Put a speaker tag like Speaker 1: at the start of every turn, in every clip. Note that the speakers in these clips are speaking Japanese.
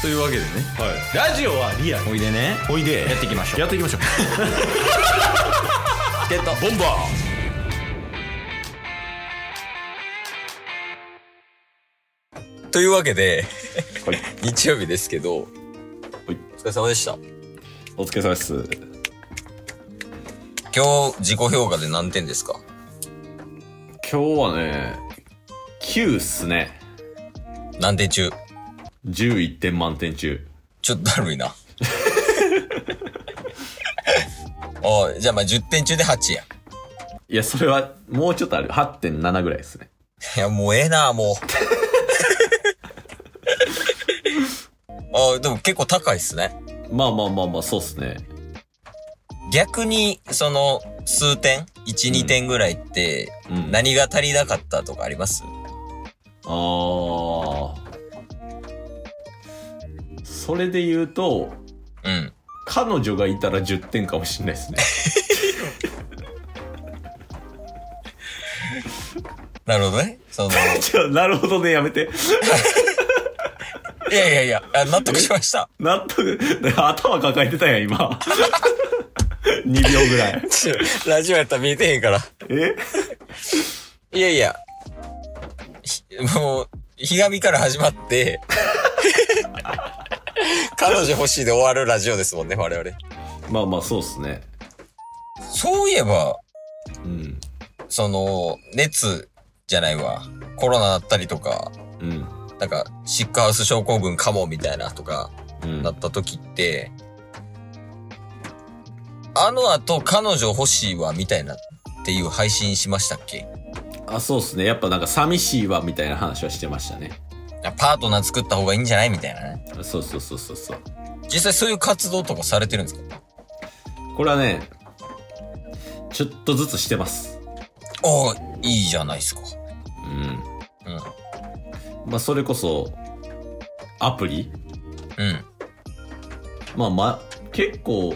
Speaker 1: というわけでね
Speaker 2: はい、ラジオはリアル
Speaker 1: おいでね
Speaker 2: おいで
Speaker 1: やっていきましょう
Speaker 2: やっていきましょう
Speaker 1: ゲット
Speaker 2: ボンバ
Speaker 1: というわけで、
Speaker 2: はい
Speaker 1: 日曜日ですけど、
Speaker 2: はい
Speaker 1: お疲れ様でした
Speaker 2: ーお疲れ様です
Speaker 1: 今日自己評価で何点ですか
Speaker 2: 今日はね9っすね
Speaker 1: 何点中
Speaker 2: 11点満点中
Speaker 1: ちょっとだるいな おいじゃあまあ10点中で8や
Speaker 2: いやそれはもうちょっとある8.7ぐらいですね
Speaker 1: いやもうええな もうあでも結構高いっすね
Speaker 2: まあまあまあまあそうっすね
Speaker 1: 逆にその数点12、2点ぐらいって
Speaker 2: うん
Speaker 1: 何が足りなかったとかあります
Speaker 2: あーそれで言うと
Speaker 1: うん
Speaker 2: 彼女がいたら10点かもしれないですね
Speaker 1: なるほどねその い
Speaker 2: ちょなるほどねやめて
Speaker 1: やいやいやあ納得しました
Speaker 2: 納得頭抱えてたやん 今2秒ぐらい
Speaker 1: ちょ ラジオやったら見えてへんから
Speaker 2: え
Speaker 1: いやいやひもうひがみから始まって 彼女欲しいで終わるラジオですもんね我々
Speaker 2: まあまあそうっすね
Speaker 1: そういえば
Speaker 2: うん
Speaker 1: その熱じゃないわコロナだったりとか
Speaker 2: うん
Speaker 1: なんか、シックハウス症候群かもみたいなとか、
Speaker 2: うん
Speaker 1: なった時って、あの後、彼女欲しいわ、みたいなっていう配信しましたっけ
Speaker 2: あそうっすねやっぱなんか寂しいわみたいな話はしてましたね
Speaker 1: あパートナー作った方がいいんじゃないみたいなね。
Speaker 2: そうそうそうそうそう
Speaker 1: 実際そういう活動とかされてるんですか
Speaker 2: これはねちょっとずつしてます
Speaker 1: ああ、いいじゃないですか。
Speaker 2: うん
Speaker 1: うん。
Speaker 2: まあそれこそアプリ
Speaker 1: うん。
Speaker 2: まあまあ結構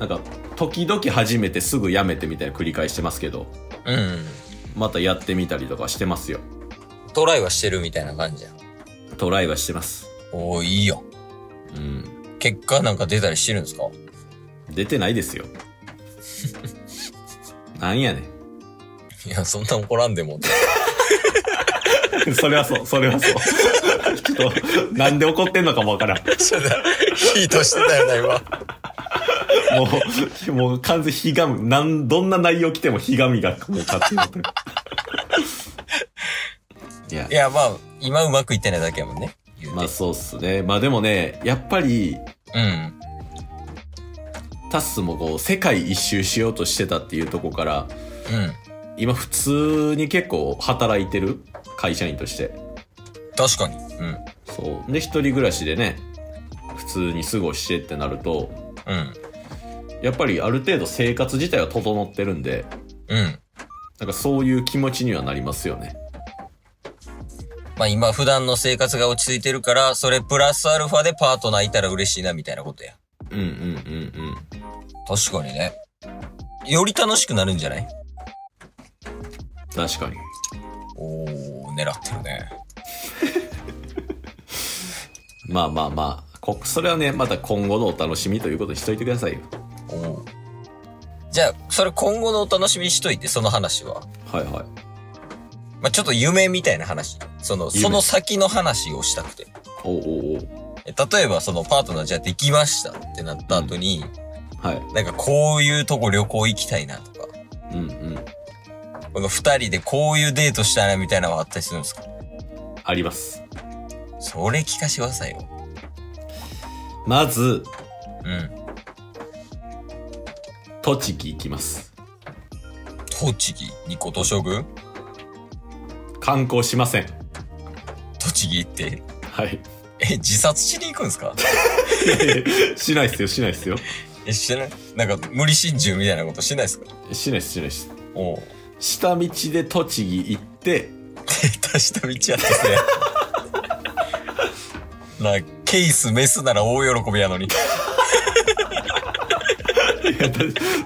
Speaker 2: なんか時々始めてすぐやめてみたいな繰り返してますけど
Speaker 1: うん。
Speaker 2: またやってみたりとかしてますよ
Speaker 1: トライはしてるみたいな感じや。
Speaker 2: トライはしてます
Speaker 1: おおいいよ。
Speaker 2: うん
Speaker 1: 結果なんか出たりしてるんですか
Speaker 2: 出てないですよ なんやね
Speaker 1: いや、そんな怒らんでも。
Speaker 2: ん それはそうそれはそうちょっとなんで怒ってんのかもわからん
Speaker 1: ちょっと、 ヒートしてたよな、今。
Speaker 2: もう、もう完全ひがむ。なん、どんな内容来てもひがみがもう勝手になってる。いや
Speaker 1: い、や、まあ、今うまくいってないだけやもんね。言うて
Speaker 2: まあそうっすね。まあでもね、やっぱり、
Speaker 1: うん。
Speaker 2: タッスもこう、世界一周しようとしてたっていうとこから、
Speaker 1: うん。
Speaker 2: 今普通に結構働いてる会社員として。
Speaker 1: 確かに。うん。
Speaker 2: そう。で、一人暮らしでね、普通に過ごしてってなると、
Speaker 1: うん。
Speaker 2: やっぱりある程度生活自体は整ってるんで、
Speaker 1: うん。
Speaker 2: なんかそういう気持ちにはなりますよね。
Speaker 1: まあ今普段の生活が落ち着いてるから、それプラスアルファでパートナーいたら嬉しいなみたいなことや。
Speaker 2: うんうんうんうん。
Speaker 1: 確かにね。より楽しくなるんじゃない
Speaker 2: 確かに。
Speaker 1: おー、狙ってるね。
Speaker 2: まあまあまあ、こそれはね、また今後のお楽しみということにしといてくださいよ。
Speaker 1: おー。じゃあ、それ今後のお楽しみにしといて、その話は。
Speaker 2: はいはい。
Speaker 1: まあちょっと夢みたいな話。その、
Speaker 2: 夢
Speaker 1: その先の話をしたくて。
Speaker 2: おうおうおう
Speaker 1: え例えばそのパートナーじゃあできましたってなった後に、
Speaker 2: はい。
Speaker 1: なんかこういうとこ旅行行きたいなとか、
Speaker 2: うんうん。
Speaker 1: なんか二人でこういうデートしたいなみたいなのはあったりするんですか
Speaker 2: あります。
Speaker 1: それ聞かせてくださいよ。
Speaker 2: まず、
Speaker 1: うん。
Speaker 2: 栃木行きます。
Speaker 1: 栃木、日光東照宮
Speaker 2: 観光しません。
Speaker 1: 栃木行って、
Speaker 2: はい。
Speaker 1: え、自殺しに行くんですか
Speaker 2: しないっすよ、しないっすよ。
Speaker 1: え、してないなんか無理心中みたいなことしてないですか
Speaker 2: しないっす、しないっす。
Speaker 1: おう。
Speaker 2: 下道で栃木行って、
Speaker 1: 出した道やったっすね。 なあ、ケイス、メスなら大喜びやのに。
Speaker 2: いやだ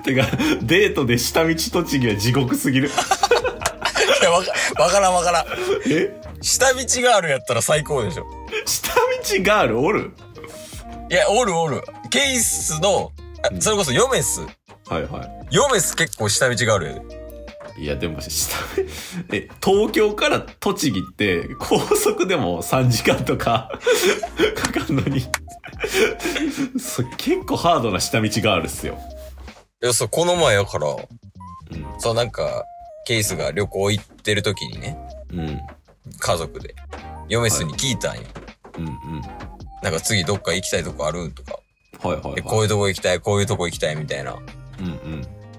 Speaker 2: てか、デートで下道栃木は地獄すぎる。
Speaker 1: いや、わかわからんわからん。
Speaker 2: え
Speaker 1: 下道があるやったら最高でしょ。
Speaker 2: 下道ガールおる
Speaker 1: いや、おるおる。ケイスの、あ
Speaker 2: うん
Speaker 1: それこそヨメス。
Speaker 2: はいは
Speaker 1: ヨメス結構下道があるやで。
Speaker 2: い。いや、でも、下道、 え、東京から栃木って、高速でも3時間とか、 かかんのにそ結構ハードな下道ガールっすよ。
Speaker 1: いや、そう、この前やから、
Speaker 2: うん。
Speaker 1: そうなんか、ケイスが旅行行ってる時にね、
Speaker 2: うん。うん
Speaker 1: 家族で、ヨメスに聞いたんよ。
Speaker 2: うん。
Speaker 1: なんか次どっか行きたいとこあるとか。
Speaker 2: はいはい、はい。
Speaker 1: で、こういうとこ行きたい、こういうとこ行きたいみたいな。
Speaker 2: うんう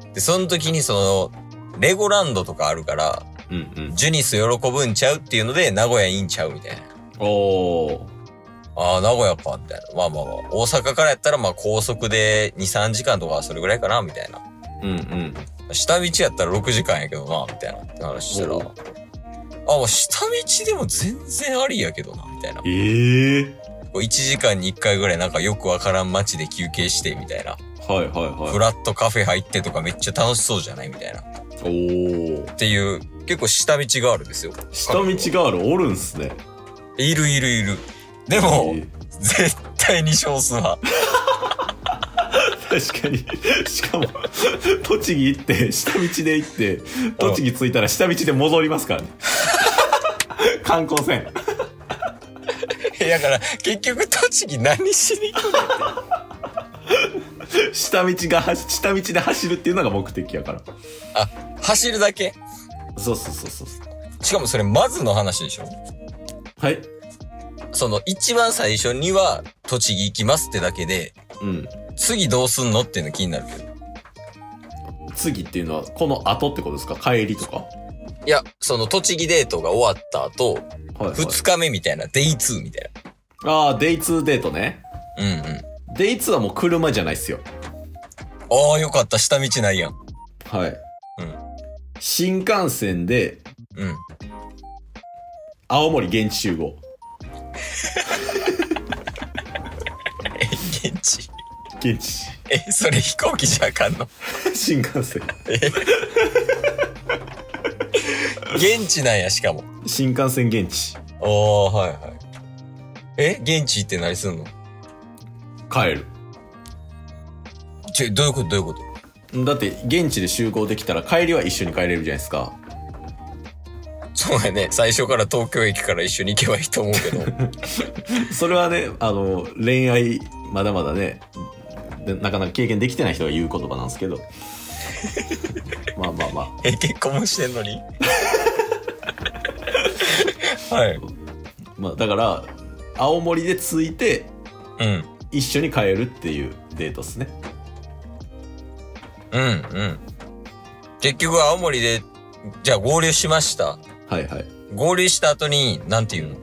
Speaker 2: ん。
Speaker 1: で、その時にその、レゴランドとかあるから、
Speaker 2: うんうん。
Speaker 1: ジュニス喜ぶんちゃうっていうので、名古屋いいんちゃうみたいな。
Speaker 2: おー。
Speaker 1: ああ、名古屋か、みたいな。まあまあまあ、大阪からやったらまあ高速で2、3時間とかそれぐらいかな、みたいな。
Speaker 2: うんうん。
Speaker 1: 下道やったら6時間やけどな、みたいなって話したら、
Speaker 2: お
Speaker 1: あ
Speaker 2: う、
Speaker 1: もう下道でも全然ありやけどな、みたいな。こ
Speaker 2: ええ
Speaker 1: う1時間に1回ぐらいなんかよくわからん街で休憩して、みたいな。
Speaker 2: はいはいはい。
Speaker 1: フラットカフェ入ってとかめっちゃ楽しそうじゃないみたいな。っ
Speaker 2: おー。
Speaker 1: ていう、結構下道があるんですよ。
Speaker 2: 下道ガールおるんすね。
Speaker 1: いるいるいる。でも、
Speaker 2: えー
Speaker 1: 絶対に少数派。
Speaker 2: 確かに。しかも、栃木行って、下道で行って、栃木着いたら下道で戻りますからね。 観光船。
Speaker 1: だから、結局栃木何しに行く
Speaker 2: 下道がは、下道で走るっていうのが目的やから。
Speaker 1: あ、走るだけ
Speaker 2: そうそうそうそう。
Speaker 1: しかもそれまずの話でしょ
Speaker 2: はい。
Speaker 1: その一番最初には栃木行きますってだけで、
Speaker 2: うん。
Speaker 1: 次どうすんのっていうの気になるけど。
Speaker 2: 次っていうのは、この後ってことですか帰りとかはい
Speaker 1: や、その栃木デートが終わった後、
Speaker 2: い、はい。
Speaker 1: 二日目みたいな、デイ2みたい
Speaker 2: ああ、デイ2デートね。
Speaker 1: な。うんうん。
Speaker 2: デイ2はもう車じゃないっすよ。
Speaker 1: ああ、よかった。下道ないやん。
Speaker 2: はい。
Speaker 1: うん
Speaker 2: 新幹線で、
Speaker 1: うん。
Speaker 2: 青森現地集合。
Speaker 1: え、現地。
Speaker 2: 現地。
Speaker 1: え、それ飛行機じゃあかんの
Speaker 2: 新幹線。
Speaker 1: 現地なんや、しかも。
Speaker 2: 新幹線現地。
Speaker 1: ああ、はいはい。え、現地行って何すんの
Speaker 2: 帰る。
Speaker 1: ちょ、どういうことどういうこと
Speaker 2: だって現地で集合できたら帰りは一緒に帰れるじゃないですか
Speaker 1: そうやね。最初から東京駅から一緒に行けばいいと思うけど。
Speaker 2: それはねあの恋愛まだまだねでなかなか経験できてない人が言う言葉なんですけどまあまあまあ
Speaker 1: え、結婚もしてんの にはい。
Speaker 2: まあだから青森で着いて
Speaker 1: うん。
Speaker 2: 一緒に帰るっていうデートっすね
Speaker 1: うん、うん。結局、青森で、じゃあ合流しました。
Speaker 2: はいはい
Speaker 1: 合流した後に、なんて言う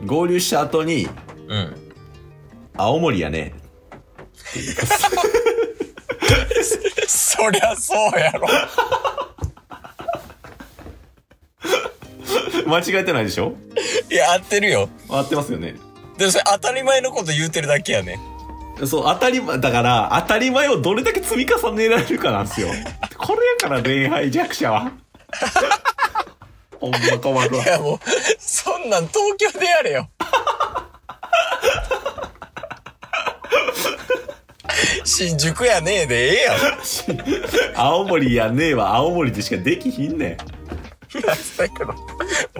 Speaker 1: の
Speaker 2: 合流した後に
Speaker 1: うん。
Speaker 2: 「青森やね
Speaker 1: そりゃそうやろ。」
Speaker 2: 間違えてないでしょ
Speaker 1: いや、合ってるよ。
Speaker 2: 合ってますよね
Speaker 1: でもそれ当たり前のこと言うてるだけやね。
Speaker 2: そう当たり前だから当たり前をどれだけ積み重ねられるかなんですよこれやから恋愛弱者はほんま困るわ
Speaker 1: いや、もう、そんなん東京でやれよ。 新宿やねえでええやん。
Speaker 2: 青森やねえは青森でしかできひんね
Speaker 1: いや、そうやけど。も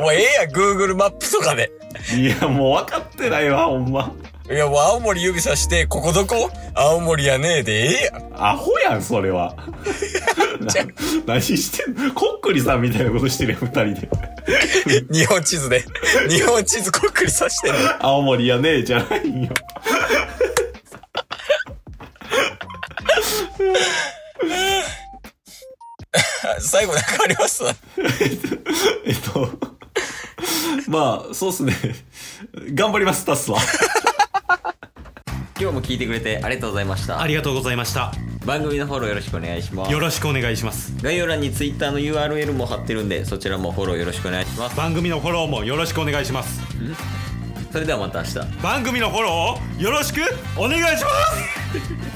Speaker 1: うええやん、Google マップとかで。
Speaker 2: んいやもう分かってないわほんま
Speaker 1: いや、もう青森指さして、ここどこ青森やねえでええやん。
Speaker 2: アホやんそれはな
Speaker 1: じゃ
Speaker 2: 何してんのこっくりさんみたいなことしてるよ二人で
Speaker 1: 日本地図で。日本地図こっくりさしてんの。
Speaker 2: 青森やねえじゃないんよ
Speaker 1: 最後なんかあります
Speaker 2: えっとまあそうっすね頑張りますタスは
Speaker 1: 今日も聞いてくれてありがとうございました
Speaker 3: あ。りがとうございました。
Speaker 1: 番組のフォローよろしくお願いします
Speaker 3: よ。ろしくお願いします。
Speaker 1: 概要欄に Twitter の URL も貼ってるんで、そちらもフォローよろしくお願いします。
Speaker 3: 番組のフォローもよろしくお願いします。
Speaker 1: それではまた明日。
Speaker 3: 番組のフォローをよろしくお願いします